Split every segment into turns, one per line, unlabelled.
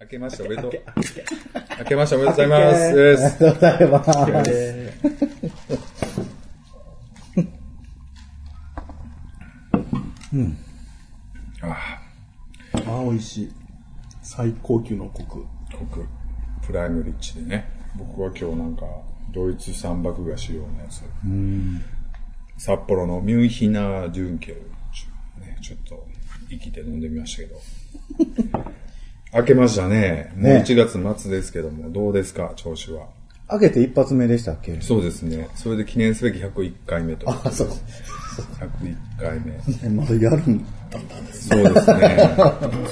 明けましておめでとう。明けましておめでとうございます。で
あ
す
りがとうございます。
あ美味しい最高級のコク
僕、プライムリッチでね。僕は今日なんか、ドイツ三爆菓子用のやつ。札幌のミュンヒナー・デュンケル。ね、ちょっと、生きて飲んでみましたけど。 明けましたね。もう
ね
1月末ですけども、どうですか、調子は。
開けて一発目でしたっけ
そうですね。それで記念すべき101回目と。
あ、そう。
101回目。
えまだやるん
そうですね。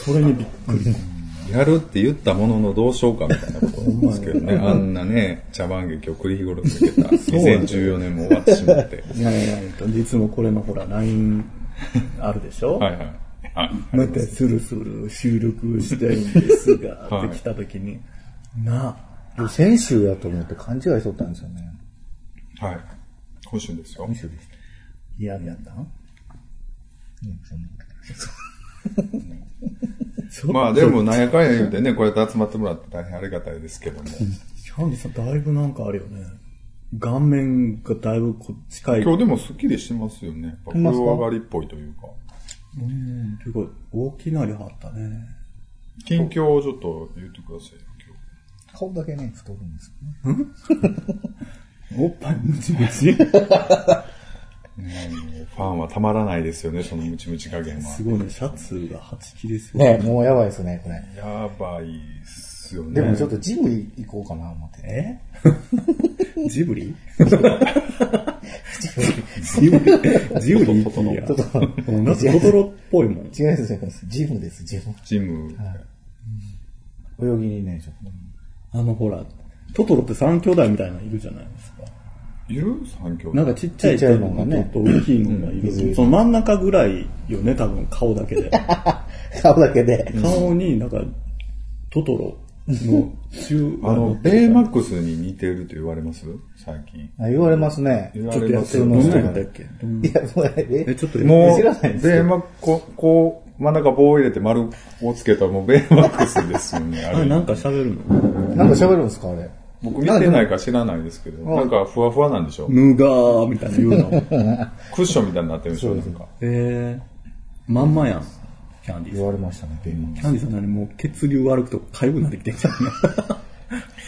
それにびっくり
やるって言ったもののどうしようかみたいなことなんですけどね。あんなね、茶番劇を繰り広げてた2014年も終わってしまって。
いやいやいやいつもこれのほら LINE あるでしょ、
はいはい。はい。
またそろそろ収録したいんです が、
はい
って来た時にな
先週やと思って勘違いしとったんですよね。
はい。今週ですよ。
嫌になったん
まあでも、なんやかんや言うてね、こうやって集まってもらって大変ありがたいですけども。
キャンディさんだいぶなんかあるよね顔面がだいぶこう近い
今日でもスッキリしてますよね。やっぱ風呂上がりっぽいというか。
すごい大きな量あったね
近況をちょっと言ってくださいよ、
顔だけね、太るんですけどね。
おっぱいムチムチ
今日。ファンはたまらないですよね、そのムチムチ加減は
す。ごいねシャツが8切ですよ
ねもうやばいですね、これ。
やばいっすよね。
でもちょっとジム行こうかな、思って。
えジブリジブリジブリ行きや。
ちょっと
うんなんかトトロっぽいもん。
違います、違います。ジムです、ジ
ジム。
ム。泳ぎにね、ちょっと。
あのほら、トトロって三兄弟みたいなのいるじゃないですか。
いる三兄弟。
なんかちっちゃい
ちっちゃいのがね
ちょっと大きいのがいる。その真ん中ぐらいよね、多分顔だけで。
顔だけで。
顔になんか、トトロの中、
あの、ベイマックスに似てると言われます最近。
あ言われますね。
言わ
ちょっと
れ
や
ま
っ
す
てる
よ
の
ね
どんなんやったっけ
いや、もう、
え、
え、
ちょっと、
もう、ベ
知らないですよ
イマックこう、こう、真ん中棒を入れて丸をつけたらもう ベイマックスですよね。あ
あれな
れ
んか喋るの
なんか喋るんですか、あれ。
僕見てないから知らないですけど、なんかふわふわなんでしょう。
ムガーみたいな言うの。
クッションみたいになってるんでしょなんか。
えー、まんまやん。キャンディーさ
言
ん。
われましたね、ベイマック
キャンディーさん何もう血流悪くとか痒くなってきて るじゃん。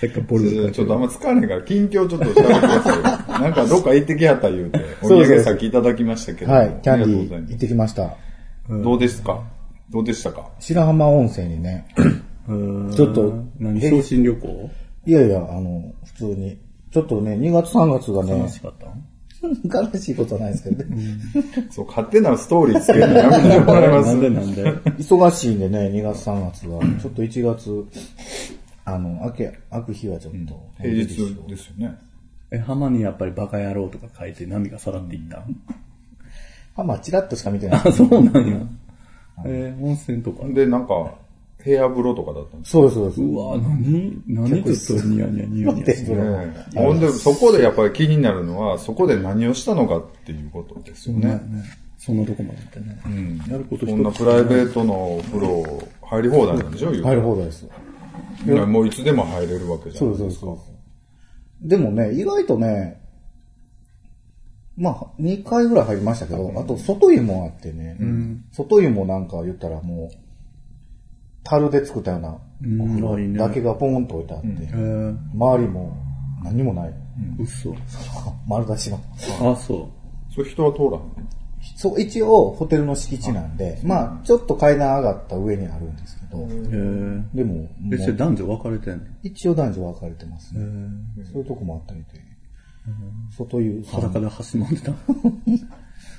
せっかくボル
ちょっとあん
ま
ま疲れへんから、近況ちょっと喋ってください。なんかどっか行ってきはった言うて、お
そう
土
で
産
す
さっきいただきましたけ
ス。
ど、
はい、キャ
ありがとうご
ンデ
ざい
ィ
ま
行
す。
ってきました。
どうですかどうでしたか
白浜温泉にね、
ち
ちょっと
何
え
昇進旅行
いやいや、あの、普通に。ちょっとね、2月3月がね
楽、しかった
悲しいことはないですけどね。
そう、勝手なストーリーつけるのやめてもらえま
な
す
んでなんで
忙しいんでね、2月3月は。ちょっと1月、あの、明け、明く日はちょっと。
平日ですよね。
え、浜にやっぱりバカ野郎とか書いて波がさらっていった
あ、まあ、チラッとしか見てない。
あ、そうなんや。えー、温泉とか。
で、なんか、部屋風呂とかだったんです
そうです、そうです。
うわ何何ずっとニヤニヤニヤニヤして
結構
る。
う
よ
ん
ね。ほんで、そこでやっぱり気になるのは、そこで何をしたのかっていうことですよね。
そんなとこまで行ってね。
うん。
やること
こんな
一つ
プライベートのお風呂入り放題なんでしょ、言う
入る放題です。
ていやもういつでも入れるわけじゃ
そ
ん。
うです、そうです。そうですでもね、意外とね、まあ、2回ぐらい入りましたけど、あと、外湯もあってね、外湯もなんか言ったらもう、樽で作ったような
うん
お
あ
風
いい
呂
ね
だけがポンと置いてあって、
えー、
周りも何もない。
嘘。
丸出しの。
あ、そう。
それ人は通らん
そう、一応ホテルの敷地なんで、まあ、ちょっと階段上がった上にあるんですけど、
えー、
でも、も
え、それ
う
男女分かれてんの
一応男女分かれてますね。そういうとこもあったりで、外湯さん
裸で走り回ってた。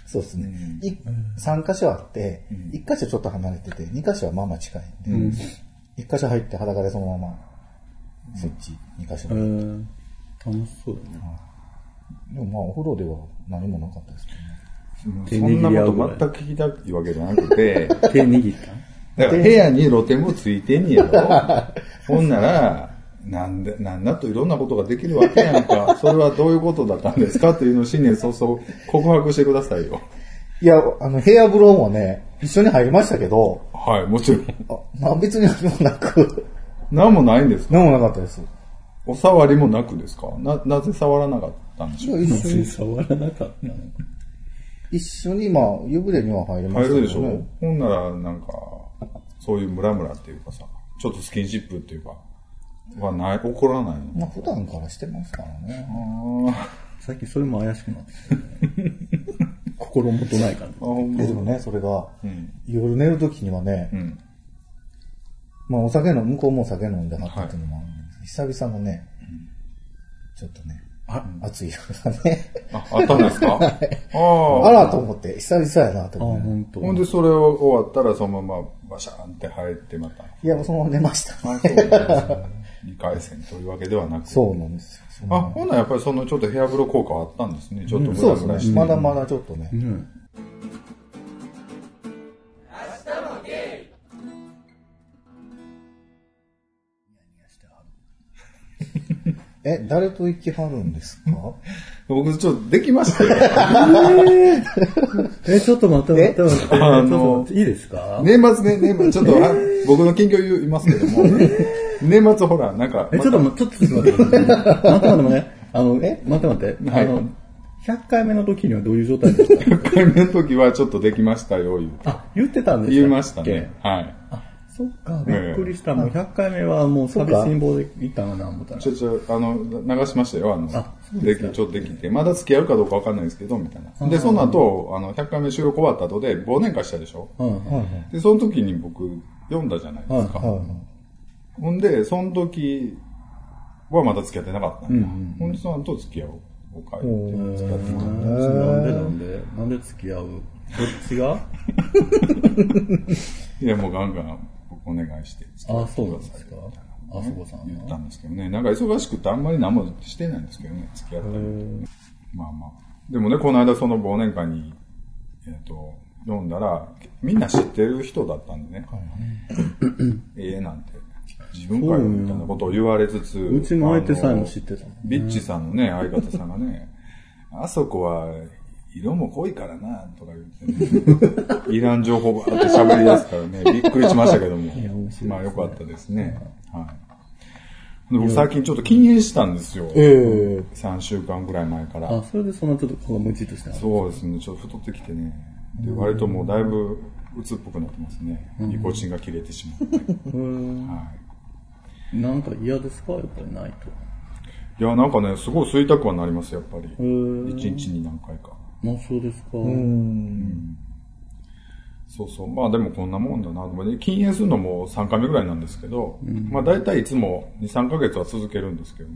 そうですね。い3箇所あって、1箇所ちょっと離れてて、2箇所はまあまあ近いんで、1箇所入って裸でそのまま、そっち、2箇所
え
で。で
ー、楽しそうだね。
もまあお風呂では何もなかったですけどね。
そんなこと全く聞きたいわけじゃなくて、
手握った
だから部屋に露店もついてんねやろ。ほんなら、なんだ、なんだといろんなことができるわけやんか。それはどういうことだったんですかというのを新年早々告白してくださいよ。
いや、あの、部屋風呂もね、一緒に入りましたけど、
はい、もちろん。
あまあ別に何もなく、
何もないんですか
何もなかったです。
お触りもなくですかな、なぜ触らなかったんでしょう
一緒
別に
に、
触らなかったの。
一緒に、まあ、湯船には入れま
入
した
るでしょ、ほんなら、なんか、そういうムラムラっていうかさ、ちょっとスキンシップっていうか、はない、怒らないの
まあ、普段からしてますからね。
あーあ、
最近それも怪しくなってきた ね心もとない感じ。
ほん
え
ま
でもね、それが、
うん。
夜寝るときにはね、
うん。
まあ、お酒の、向こうもお酒飲んではったっていうのもあるんですけど、久々のね、ちょっとね、あ、暑いからね、
あ、あったんですかあ
あ
あ。
らと思って、久々やなと
あ、
思って、
本当。
ほんで、それを終わったら、そのままバシャーンって入ってまた。
いや、そのまま寝ました。
あそうなんですね二回戦というわけではなく。
そうなんですよ。その
あ、ほんならやっぱりそのちょっとヘアブロ効果はあったんですね。ちょっとム
そ
ラ
うです
ムラ
ね、
して。
まだまだちょっとね、
ね
え、誰と行きはるんですか
僕ちょっとできましたよ。
え、ちょっと待って待って待って。
あの
ちょっと待っていいですか
年末ね、年末、ちょっと、あ僕の近況言いますけども、年末ほら、なんか、
え、ちょっと、まちょっとちょっと待って。待って待って待って。あの、え、待って待って。
は
あ
い
の、100回目の時にはどういう状態でした
100回目の時はちょっとできましたよ、言うて
あ、言ってたんです
言いましたね。はい。
そっか、びっくりした。もう100回目はもう寂しん坊で行ったのかな、思ったら
ち。ょちょ、あの、流しましたよ、あの、
あそう
で
です
き
か
ちょっとできて、まだ付き合うかどうかわかんないですけど、みたいな。で、その後、あの、100回目収録終わった後で忘年会したでしょ
うんうん
はいはい
で、その時に僕、読んだじゃないですか。
はいはい
ほんで、その時はまだ付き合ってなかったんだ。
うんうん
ほんで、その後付き合おうか
お
言って、
ー
付き合ってなかっ
なんでなんでなんで付き合うどっちが
た。いや、もうガンガン僕お願いして、付き合
あ、
っ
そ
て
う
く
な
だ
んで
さい
すか。あそこさん
言った
は。
んですけどね、なんか忙しくてあんまり何もしてないんですけどね、付き合ったりとかまあまあ。でもね、この間その忘年会に、えっ、と、読んだら、みんな知ってる人だったんでね、 ええなんて、自分かよみたいなことを言われつつ、
うちの相手さえも知
て
ってたもん。
ビッチさんのね、相方さんがね、あそこは色も濃いからな、とか言って ね、いらん情報ばーって喋り出すからね、びっくりしましたけども。
や面白いですね
まあよかったですね。はい。で僕最近ちょっと禁煙したんですよ。
ええ
3週間ぐらい前から。
あ、それでそんなちょっとこうムチっとしたの
そうですね、ちょっと太ってきてね。で、割ともうだいぶ鬱っぽくなってますね。ニコチンが切れてしまって。
うーん
はい。
なんか嫌ですかやっぱりない
い
と。
や、なんかね、すごい吸いたくはなります、やっぱり。
うーん
一日に何回か。
まあそうですか。
うん。
そうそう。まあでもこんなもんだな。でも禁煙するのも3回目ぐらいなんですけど、まあ大体いつも2、3ヶ月は続けるんですけど、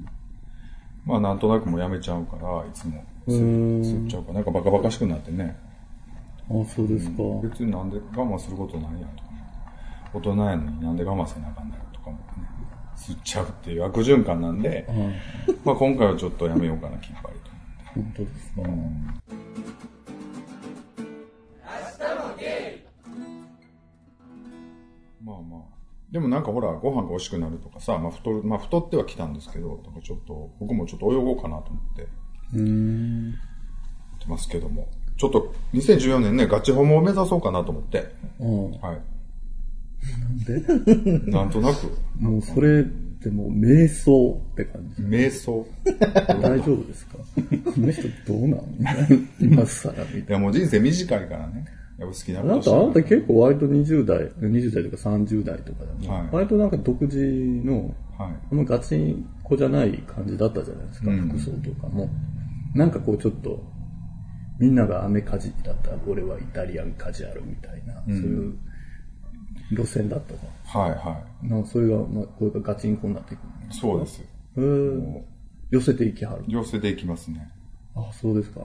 まあなんとなくもうやめちゃうから、いつも吸
うん
吸っちゃうから、なんかバカバカしくなってね。
あ、そうですか。
別になんで我慢することないやんとか、大人やのになんで我慢せなあかんだよとか思ってね、吸っちゃうっていう悪循環なんで、
はい。
まあ今回はちょっとやめようかな、きっぱりと。
本当ですか。
まあまあ。でもなんかほら、ご飯が美味しくなるとかさ、まあ太る、まあ太ってはきたんですけど、なんかちょっと、僕もちょっと泳ごうかなと思って、や
うーん。
ってますけども。ちょっと、2014年ね、ガチホモを目指そうかなと思って。
うん。
はい。
で、
なんとなく、
もうそれでもう瞑想って感じ。
瞑想。
大丈夫ですか この人どうなんみたいな今更みたいな。
いやもう人生短いからね。やっぱ好きな
あ
こ
な
として
た、あなた結構割と20代、20代とか30代とかだね、
はい
割となんか独自の、
はい。
あんまガチンコじゃない感じだったじゃないですか、
うん
服装とかも。なんかこうちょっと、みんながアメカジだったら俺はイタリアンカジュアルみたいな、そういう路線だったじ
はいは
ゃん。なんかそれが、まあ、これがガチンコになって
い。
く
そうです。
る。へー
も
寄せていきはる
う。寄せていきますね。
あ、そうですか。
ち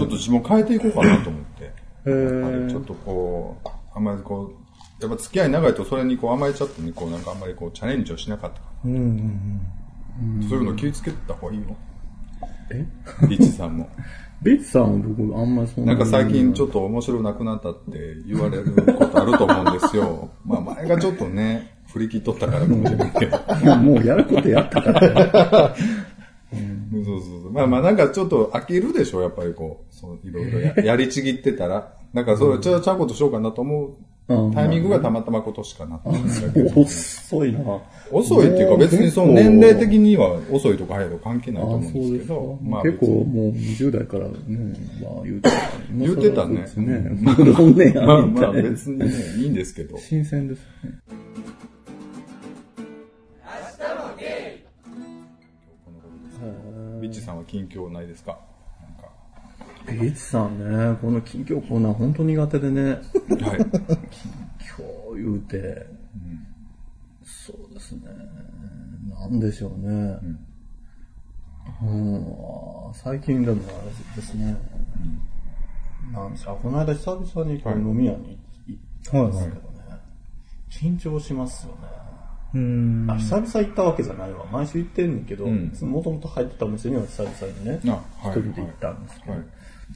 ょっと自分を変えていこうかなと思って。
ー
やっぱりちょっとこう、あんまりこう、やっぱ付き合い長いとそれにこう甘えちゃってね、こうなんかあんまりこうチャレンジをしなかったから。そういうの気をつけた方がいいよ。
え
リッチさんも。
ビッツさんは僕あんまりそん
なんか最 近ちょ
っ
っと面白なくなったって言われることあると思うんですよ。 まあ前がちょっとね、振り切っとったからかもしれないけど。
と。もうやることや ったから。
そうそうそう。まあまあなんかちょっと飽きるでしょ、やっぱりこう。そういろいろややりちぎってたら。なんかそれ、ちゃちゃうことしようかなと思う
うん
タイミングがたまたま今年かなっていうだけで
遅いな。
遅いっていうか別にその
結構
年齢的には遅いとか早いとか関係ないと思うんですけど、まあ
結
別
構
に。
もう20代からね、まあ言うてたね。
言うてたね
まあそりゃそうですね。何年や
まあ
ねんみ
まあ
たいな
別にね、いいんですけど。
新鮮ですね。
ビッチさんは近況ないですかな
えげちさんね、この近況コーナー本当苦手でね、
んか。はい。
今日言うて、そうですね、なんでしょうね。うん、最近でもあれですね、なんか、この間久々にこう
はい
飲み屋に行ったんですけどね、緊張しますよね。
うん。
あ、久々行ったわけじゃないわ。毎週行ってんねんけど、
ん
もともと入ってたお店には久々にね、
あ
一
はい
人で行ったんですけど、
はい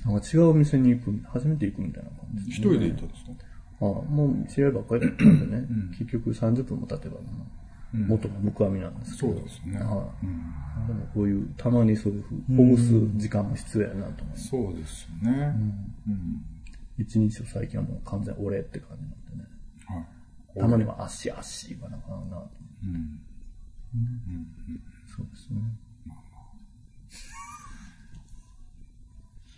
なんか違うお店に行く、初めて行くみたいな感じ。
一人で行ったんですか
ああもう知り合いばっかりだったんでね、結局30分も経てば、元のむくわみなんですけ
そ
ど、
うですね。
はいでもこういう、たまにそういうふう、ほぐす時間も必要やなと思って、
そうですよね。
一日を最近はもう完全俺って感じになってね、
はい
たまには足足はなかなかなと思って、うんそうですね。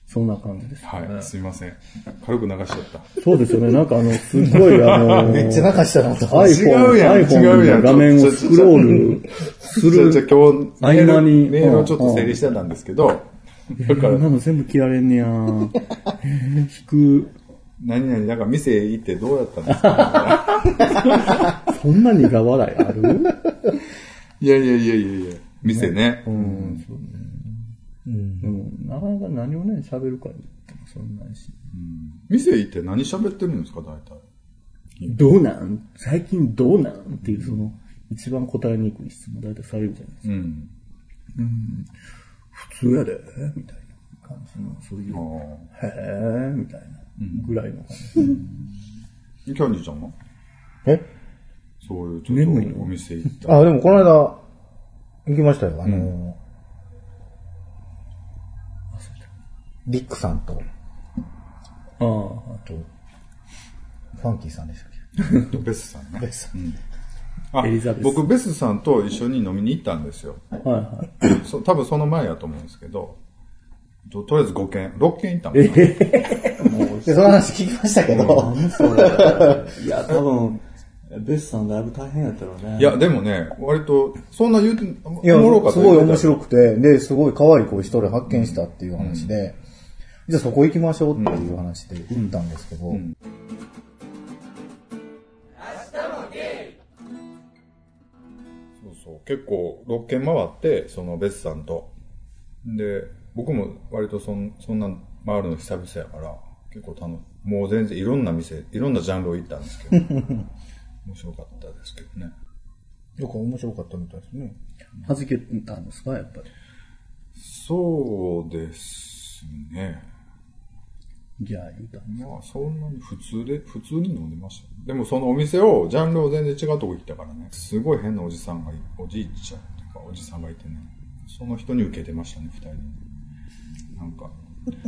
そんな感じですかね。
はい、すいません。軽く流しちゃった。
そうですよね。なんかあの、すっごいあの
めっちゃ泣かしたなと思って。
違
iPhone、
うやん
iPhone
違うや
の
ん
画面をスクロールする。
じゃあ今日、メー
合間に
ルメールをちょっと整理してたんですけど、だか
こ
ら
ん、なの全部切られんねや。えー引く。
何々、なんか店行ってどうやったんです か
そんな苦笑いあ る
いやいやいやいやいや、店ね。
うん、そうね。でも、なかなか何をね、喋るか言ってもそんなにし。
店行って何喋ってるんですか、大体。
どうなん最近どうなんっていう、その、一番答えにくい質問、だいたいされるじゃないですか。
うん。
普通やで、みたいな感じの、そういう、
あ
へえみたいな、ぐらいの感じ。
ーキャンディーちゃんは
え
そういう、ちょ
眠い
っと
の
お店行った。
あ、でもこの間、行きましたよ。あのー、リックさんと、
ああ、
あと、ファンキーさんでしたっ
ベスさんね。
けベスさん。
あ
エリザベス
僕、ベスさんと一緒に飲みに行ったんですよ。
はいはい。
そ多分その前やと思うんですけど、ととりあえず5軒、6軒行ったもん。
で、その話聞きましたけど、
いや、多分、ベスさんだいぶ大変やったろうね
いや、でもね、割と、そんな言うて、お
いや、
もろかった
すご
言
い
うてた
面白くて、で、すごい可愛い子一人発見したっていう話で、じゃあそこ行きましょうっていう話で行ったんですけど、
んそうそう。結構、6軒回って、その、ベスさんと。で、僕も割とそんそんな回るの久々やから、結構楽もう全然いろんな店、いろんなジャンルを行ったんですけど、面白かったですけどね。
よく面白かったみたいですね。
はじけたんですか、やっぱり。
そうですね。
いや、言うたん
まあ、そんなに普通で、普通に飲んでましたよ。でもそのお店を、ジャンルを全然違うとこ行ったからね。すごい変なおじさんがい、おじいちゃんとかおじさんがいてね。その人に受けてましたね、二人に。なんか、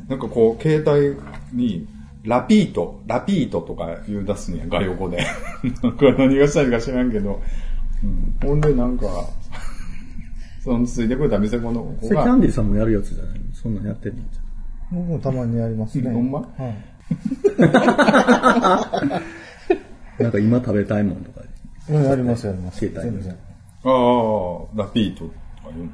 なんかこう、 携帯に、ラピート、ラピートとか言う出すねんや、外語で。 なんか何がしたいか知らんけど。うんほんでなんか、 そのついてくれた店子の子
それ
が
キャ、ンディーさんもやるやつじゃないのそんなんやってんのじ
僕もたまにやりますね。
ほんま
はい。
ゃん。なんか今食べたいもんとかで。
うんやります、やります。
携帯
全然。
ああ、ラピートとか言うの。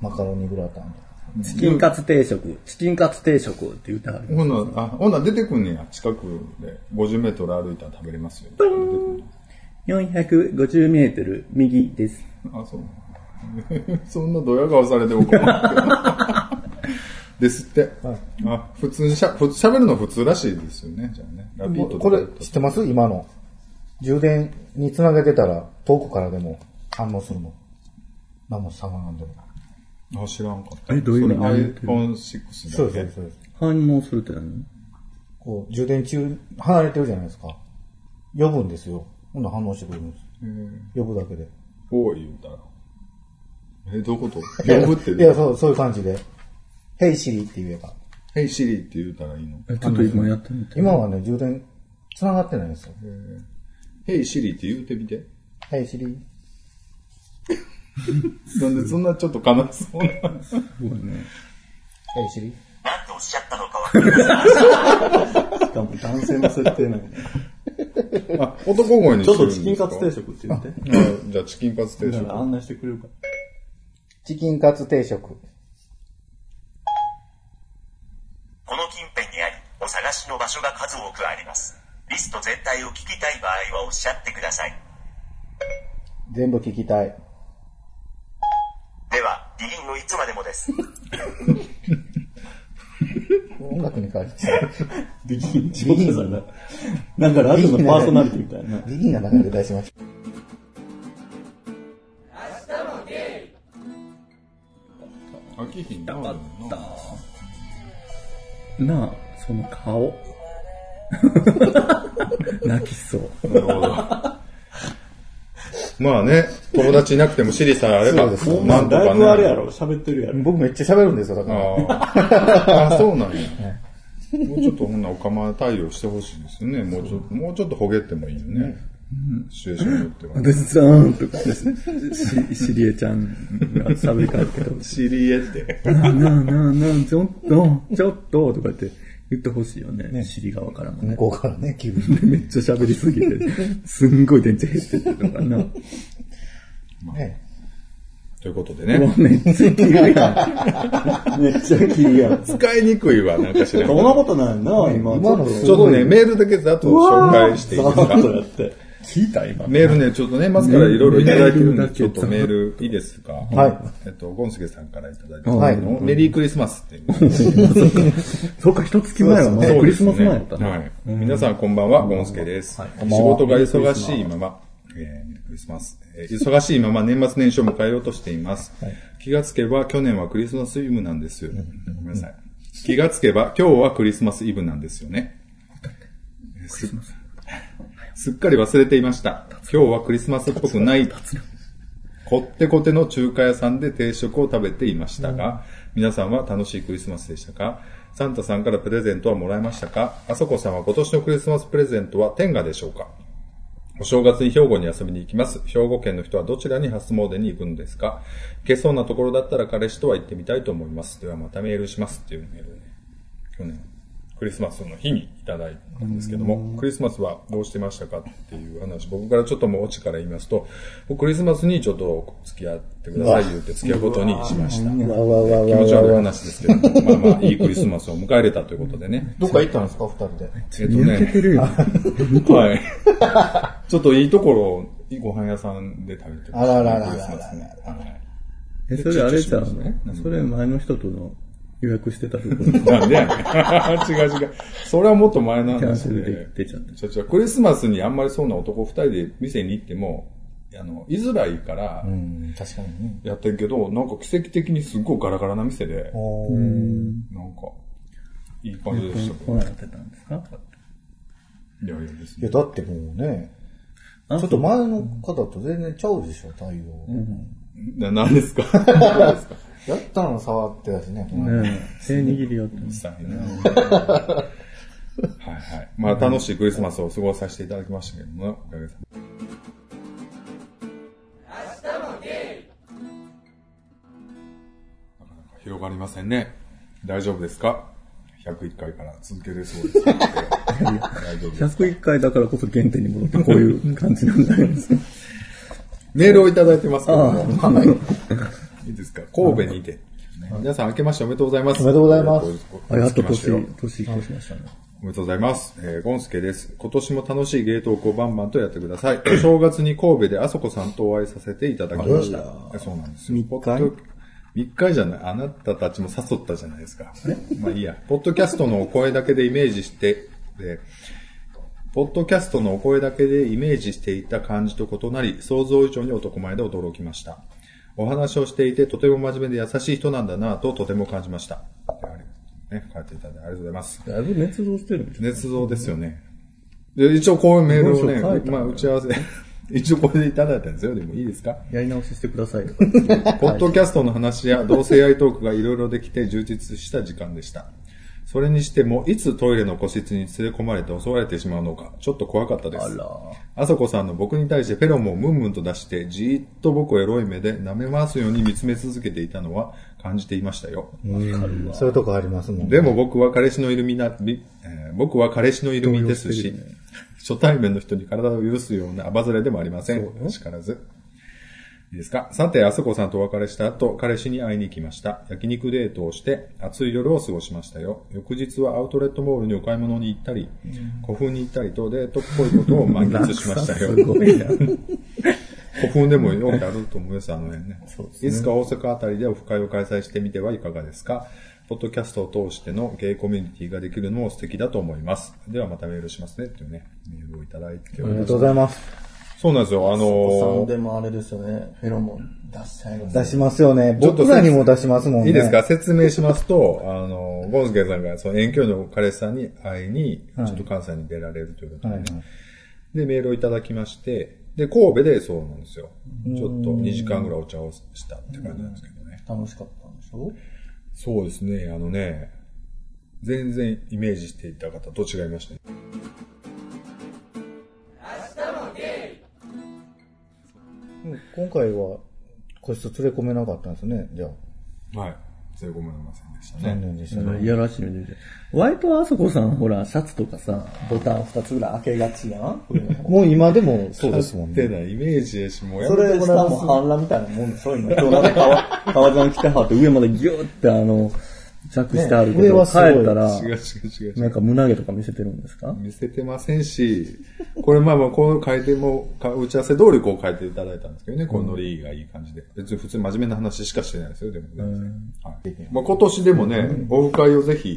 マカロニグラタンとか。
チキンカツ定食、チキンカツ定食って言うてはる。
ほな、あ、ほな出てくんねや。近くで50メートル歩いたら食べれますよ。出てくんね
450メートル右です。
あ、そう。 そんなドヤ顔されても困るけどですって。あ、普通にしゃ、普通喋るの普通らしいですよね。じゃあね。ラビットとか
これ知ってます今の。充電につなげてたら遠くからでも反応するの。何も様なんでも。
あ、知らんかった。
えどういう意味
それ iPhone6 だ
そう
け
です、そうです。
反応するって何
こう、充電中、離れてるじゃないですか。呼ぶんですよ。今度反応してくれるんです。呼ぶだけで。
おい言うたら。え、どういうこと呼ぶって
いや、
どう。
そう、そういう感じで。ヘイシリって言えば。
ヘイシリって言うたらいいの
え、ちょっと今やってみて。
今はね、充電繋がってないんですよ。
ヘイシリって言うてみて。
はい、シリー。
なんでそんなちょっと悲しそうな。
はい、シリ
何とおっしゃったのかわかりません。
しかも男性の設定なの。
あ、男声に
ちょっ
してるん
と
です
チ
か
キンカツ定食って言って。
あじゃあチキンカツ定
だから
食。
案内してくれるか。
チキンカツ定食。
この近辺にあり、お探しの場所が数多くあります。リスト全体を聞きたい場合はおっしゃってください。
全部聞きたい。
では、議員のいつまでもです。
音楽に関して。
ビギン、ジョーさんだ。なんかラジオのパーソナリティみたいな。
ビギンが流れ出しました。
飽きひんな。
なあ、その 顔。泣きそう。
なるほど。まあね、友達いなくてもシリさえあれば、
そうですよ
なんと
だ
か
いぶあれや
ね。
ろ、喋ってるやろ。
僕めっちゃ喋るんですよ、だから。
あ ーあ、そうなんや。もうちょっとほんなお釜対応してほしいですよね。もうちょっと、もうちょっとほげってもいいよね。シチュエーションによっては。
私ザーンとかです、し、しりえちゃんが喋りかけ てほしい。
知り得って。
なあなあなあ、ちょっと、ちょっと、とかって言ってほしいよね。しりがわからんもんね
向。こうからね、急に。
めっちゃ喋りすぎて、すんごい電池減ってってるのかな。
ね。
ということで
うわ
ね。
めっちゃ切るやん。 めっちゃ切るやん。
使いにくいわ、なんか知らんけ ど
そんなことないな、今。
今の。
ちょっとね、メールだけざっと紹介していいです
ざ
か
っとやって。聞いた今。
メールね、ちょっとね、まずからいろいろいただいてるん
メールだ
で、
け
ちょっとメールいいですかはいえっと、ゴンスケさんからいただいてます
は
け
い
どメリークリスマスっていう。
そっか、一月前はまだクリスマス前やった
ね。は
な。
い。皆さんこんばんは、ゴンスケです。仕事が忙しいまま、えーメリークリスマス。えー忙しいまま年末年始を迎えようとしています。気がつけば去年はクリスマスイブなんです。ごめんなさい。気がつけば今日はクリスマスイブなんですよね。すすっかり忘れていました。今日はクリスマスっぽくない、こってこての中華屋さんで定食を食べていましたが、皆さんは楽しいクリスマスでしたかサンタさんからプレゼントはもらえましたかあそこさんは今年のクリスマスプレゼントは天下でしょうかお正月に兵庫に遊びに行きます。兵庫県の人はどちらに初詣に行くんですか行けそうなところだったら彼氏とは行ってみたいと思います。ではまたメールしますっていうメールをね、去年、クリスマスの日にいただいたんですけども、クリスマスはどうしてましたかっていう話、僕からちょっともうオチから言いますと、僕クリスマスにちょっと付き合ってください言って付き合うことにしました。
わわわわ
気持ち
わ
悪い
わ。
話ですけども、まあまあいいクリスマスを迎えれたということでね。
どっか行ったんですか、二人で。
えっと
見受け
ね
て、るよ。
はい。ちょっといいところをご飯屋さんで食べてました
あららららら
クリスマスねはい
え、それあれちゃうのそれ前の人との予約してたところ。
なんでやねん違う違う。それはもっと前の
キャン
話
セル
で
で。出ちゃった。
ちょちょクリスマスにあんまりそうな男二人で店に行っても、あの、居づらいから
う、ん、確かにね。
やってるけど、なんか奇跡的にすっごいガラガラな店で、
おー
なんか、いい感じでしたけ
来
ど。
なかったんですか
いやいやです
いや、
ね。
だってもうね、
あ
ちょっと前の方と全然ちゃうでしょ、対応。
な、何ですか
やったの触ってたしね、この間
ねえ、手握りよって。
さ いなはいはい。まあ楽しいクリスマスを過ごさせていただきましたけども、おかげさまで。なかなか広がりませんね。大丈夫ですか ?101 回から続けれそうです。 大丈夫です。
101回だからこそ原点に戻ってこういう感じなんだよ。
メールをいただいてますけども、
あ
いいですか神戸にいて。皆さん明けましておめでとうございます。
おめでとうございます
あ、やっと
着きました
年、
よ
年越しましたね。
おめでとうございます。えーゴンスケです。今年も楽しいゲートをこうバンバンとやってください。お 正月に神戸であそこさんとお会いさせていただきました。そうなんですよ。
密会
ポッド密会じゃない。あなたたちも誘ったじゃないですか。まあいいや。ポッドキャストのお声だけでイメージして、えーポッドキャストのお声だけでイメージしていた感じと異なり、想像以上に男前で驚きました。お話をしていて、とても真面目で優しい人なんだなぁと、とても感じました。ね、書いていただいてありがとうございます。
だいぶ捏造してるんじゃ
捏造ですよね。で一応こういうメールをね、
文章書いたんだ
まあ打ち合わせ、 一応これでいただいたんですよ。でもいいですか
やり直ししてくださいとか。
ポッドキャストの話や同性愛トークがいろいろできて充実した時間でした。それにしても、いつトイレの個室に連れ込まれて襲われてしまうのか、ちょっと怖かったで
あ
す。
ら。
あそこさんの僕に対してフェロモンをムンムンと出して、じーっと僕をエロい目で舐め回すように見つめ続けていたのは感じていましたよ。
うんそういうとこありますもんね。
でも僕は彼氏のイルミな、びえー僕は彼氏のイルミですし、 初対面の人に体を許すような暴ずれでもありません。からず。いいですかさて、あそこさんとお別れした後、彼氏に会いに行きました。焼肉デートをして、暑い夜を過ごしましたよ。翌日はアウトレットモールにお買い物に行ったり、古墳に行ったりとデートっぽいことを満喫しましたよ。
すご いな。
古墳でもよくあると思うよ、あの辺ね。
そうですね
いつか大阪あたりでオフ会を開催してみてはいかがですかポッドキャストを通してのゲイコミュニティができるのも素敵だと思います。ではまたメールしますね、っていうね、メールをいただいてお
あ
りま
りが
す
とうございます。
そうなんですよ、あ
お子さん
の
でもあれですよね、フェロモン出しちゃいますね
出しますよね。
ちょっと
僕らにも出しますもん
ー、
ね。
いいですか説明しますと、あのー、ゴンスケさんがその遠距離の彼氏さんに会いに、ちょ
はい
っと関西に出られるということ
はい
で、
はい。
で、メールをいただきまして、で、神戸でそうなんですよ。ちょっと2時間ぐらいお茶をしたって感じなんですけどね。
楽しかったんでしょ
そうですね、あのね、全然イメージしていた方と違いましたね。
うん今回は、個室連れ込めなかったんですね。じゃあ、
はい。それごめんなさいでした
残
ね。
念でした
い
ね。
やらしいね。割とあそこさん、ほら、シャツとかさ、ボタン2つぐらい開けがちやん。
もう今でもそうですもん
勝
ね。
手なイメージやし、もうや
そ
め
れ
ても
下
らい
も
ます。
半裸みたいなもんでしょ今。今日なんか革革ジャン着てはって、上までギューってあの、着してあるけ
ね上
ど、
は
帰
すごい
ったら、
違う違う違う違
な
う。
んか胸毛とか見せてるんですか
見せてませんし、これまあまあこう書いても、か打ち合わせ通りこう書いていただいたんですけどね、このノリがいい感じで。別に普通に真面目な話しかしてないですよ、でも全然。はい。まあ今年でもね、オフ会をぜひ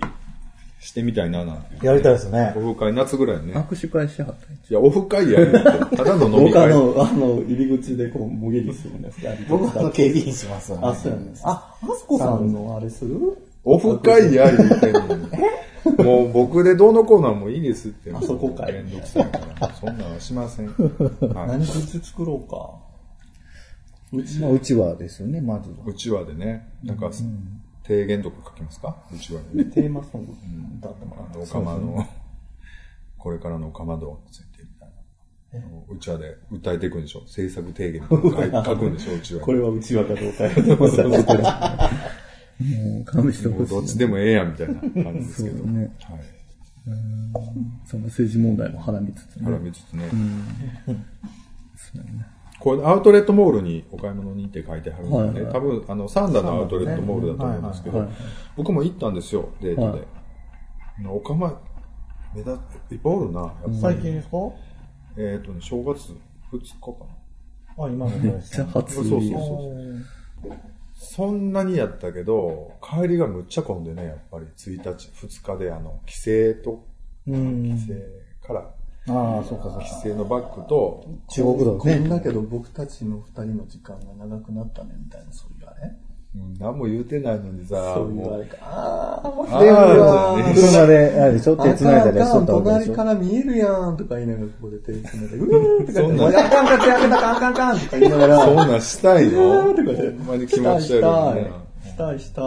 してみたいななんていう。
やりたいですね
オ。フ会夏ぐらいにね。
握手会しはったんや
いや、オフ会やるってただの飲み
僕あ
会。
の、あの、入り口でこう、もげりするんですか
僕は警備員しますわね
あ、そうやね。あ、マスコさんのあれする
オフ会や言うてんのに。もう僕でどうのコーナーもいいですって。
あそこかい
めんどくさいから。そんなのしま せん。はい
何口作ろうか。うち
まあ、うちはですよね、まずは。
うちわでね、なんか、提言とか書きますかうちわでね。
テーマソング歌ってもら
あの、おかまの、これからのおかま道についてみたいな。うちわで訴えていくんでしょ政策提言とか書くんでしょうちわ
う。こ
で。
れはうちわかどうかやってますよね。もう、勘弁して
も
ほ
うどっ
しい。
ちでもええやんみたいな感じですけど。
そうね
はい。
その政治問題もはらみつつね。
絡みつつね。 これアウトレットモールにお買い物に行って書いてはるので、
はいはい
多分あのサンダのアウトレットモールだと思うんですけど、
はいはい
僕も行ったんですよ、デートで。
はい
おかま、目立って、いっぱいおるな、やっぱり。
最近ですか
えっ、とね、正月2日か
あ、今のぐらいで
めっ
す
ちゃ
ね。
初
そうそうそうな。そんなにやったけど、帰りがむっちゃ混んでね、やっぱり1日、2日であの、帰省と、
うん。
帰省から、
ああ、そうかそう
帰
か。
省のバッグと、
中国道
こん
ね。
だけど僕たちの二人の時間が長くなったねみたいな、そういうあれ
うん何も言うてないのにさ、
そういう
も
あ
う
れか。あーもう
あ
で、
ーじゃねえ
車で、あれでしょ手繋いだり
あ
し
かんあか
と
ん
ったわけ
隣
でし
か
ょ
ら見えるやんとか言いながらここで手繋いで、うーんとか
そん
言っ
な
て、もうあかんあかん手開けたらあかんあかんとか言いながら、
そんなんしたいのほ
うん
ん
とか言って
まに気持ち悪い
したい
な。
したい、したい。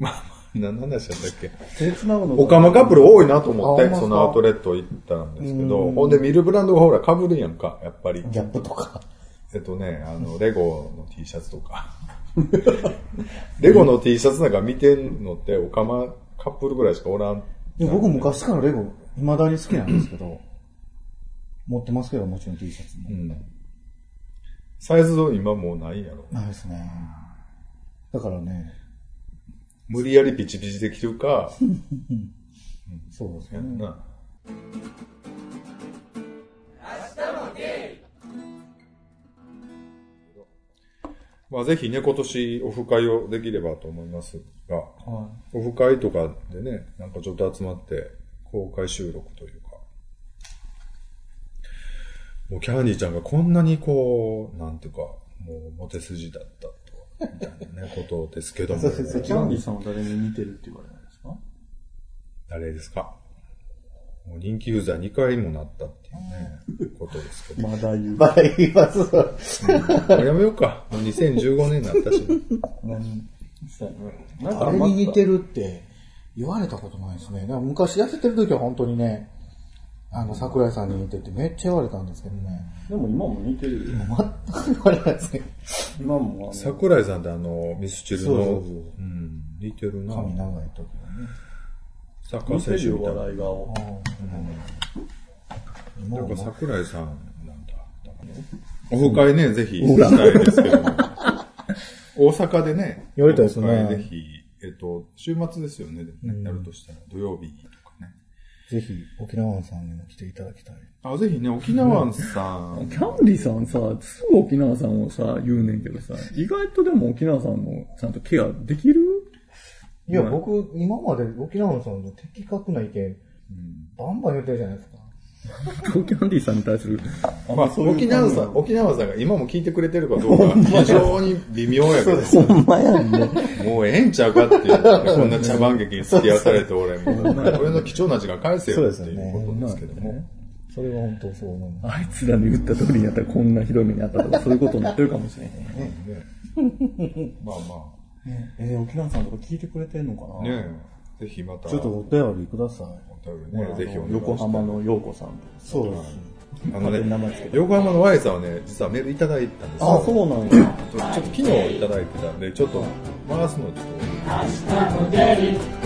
まあ、何の話だったっけ
手繋ぐの
オカマカップル多いなと思っ
あほんま
て、
っすか
そのアウトレット行ったんですけど、ほんで見るブランドがほら被るやんか、やっぱり。
ギャップとか。
えっとね、あの、レゴの T シャツと か。レゴの T シャツなんか見てんのって、オカマカップルぐらいしかおらん。
いや僕昔からレゴ、未だに好きなんですけど、持ってますけど、もちろん T シャツも
う。ん。サイズの今もうないやろ。
ないですね。だからね、
無理やりピチピチで着るか、
そうです
や
よ
ん
ね。
な。まあ、ぜひね、今年オフ会をできればと思いますが、オフ会とかでね、なんかちょっと集まって、公開収録というか、もうキャンディーちゃんがこんなにこう、なんていうか、もうモテ筋だったとは、みたいなね、ことですけども、
そうそうそう
キャンディさんは誰に似てるって言われないですか
誰ですかもう人気ユーザー2回もなったっていうね、 ことですけど。
まだ言う。
まだ言います。
もうやめようか。もう2015年になったし。
何そうやね
あれに似てるって、言われたことないですね。だから昔痩せてる時は本当にね、あの、桜井さんに似ててめっちゃ言われたんですけどね。
でも今も似てるよ。
全く言われないですね。
今もあの、
桜井さんってあの、ミスチルの、
そうそうそう
うん、似てるな。
髪長い時はね。
サッカー
似て
選
る
手
よ、
みたいな。
笑い顔。
なんか桜井さんなんだ。オフ会ね、ぜひしたいですけども。大阪でね、
やりたいですね
オフ会ぜひ、えっと、週末ですよね、でもねやるとしたら、土曜日とかね。
ぜひ、沖縄さんにも来ていただきたい。
あ、ぜひね、沖縄さ ん
キ、ャンディさんさ、すぐ沖縄さんをさ、言うねんけどさ、意外とでも沖縄さんもちゃんとケアできる
いや、僕、今まで沖縄さんの的確な意見、バンバン言ってるじゃないですか。
今日キャンディさんに対する。
まあ、沖縄さん、沖縄さんが今も聞いてくれてるかどうか、非常に微妙やけど、
ほんまやんね。
もうええんちゃうかっていう、こんな茶番劇に付き合わされて俺、みたいな俺の貴重な時間返せよっていうことですけども。
それは本当そう思います。
あいつらに言った通りにやったらこんなひどい目にあったとか、そういうことになってるかもしれへん。
まあま
えー、沖縄さんとか聞いてくれてんのか
あ、ねえぜひまた、
ちょっとお便りください。
お便りね、ぜひお願いします
横浜の陽子さんとか
そうです。
あの
名前つけ
ね
て、
横浜の Y さんはね、実はメールいただいたんです
あ、
よ。
そうなんや。
ちょっと昨日いただいてたんで、ちょっと回すのちょっ
明
と。
日も出る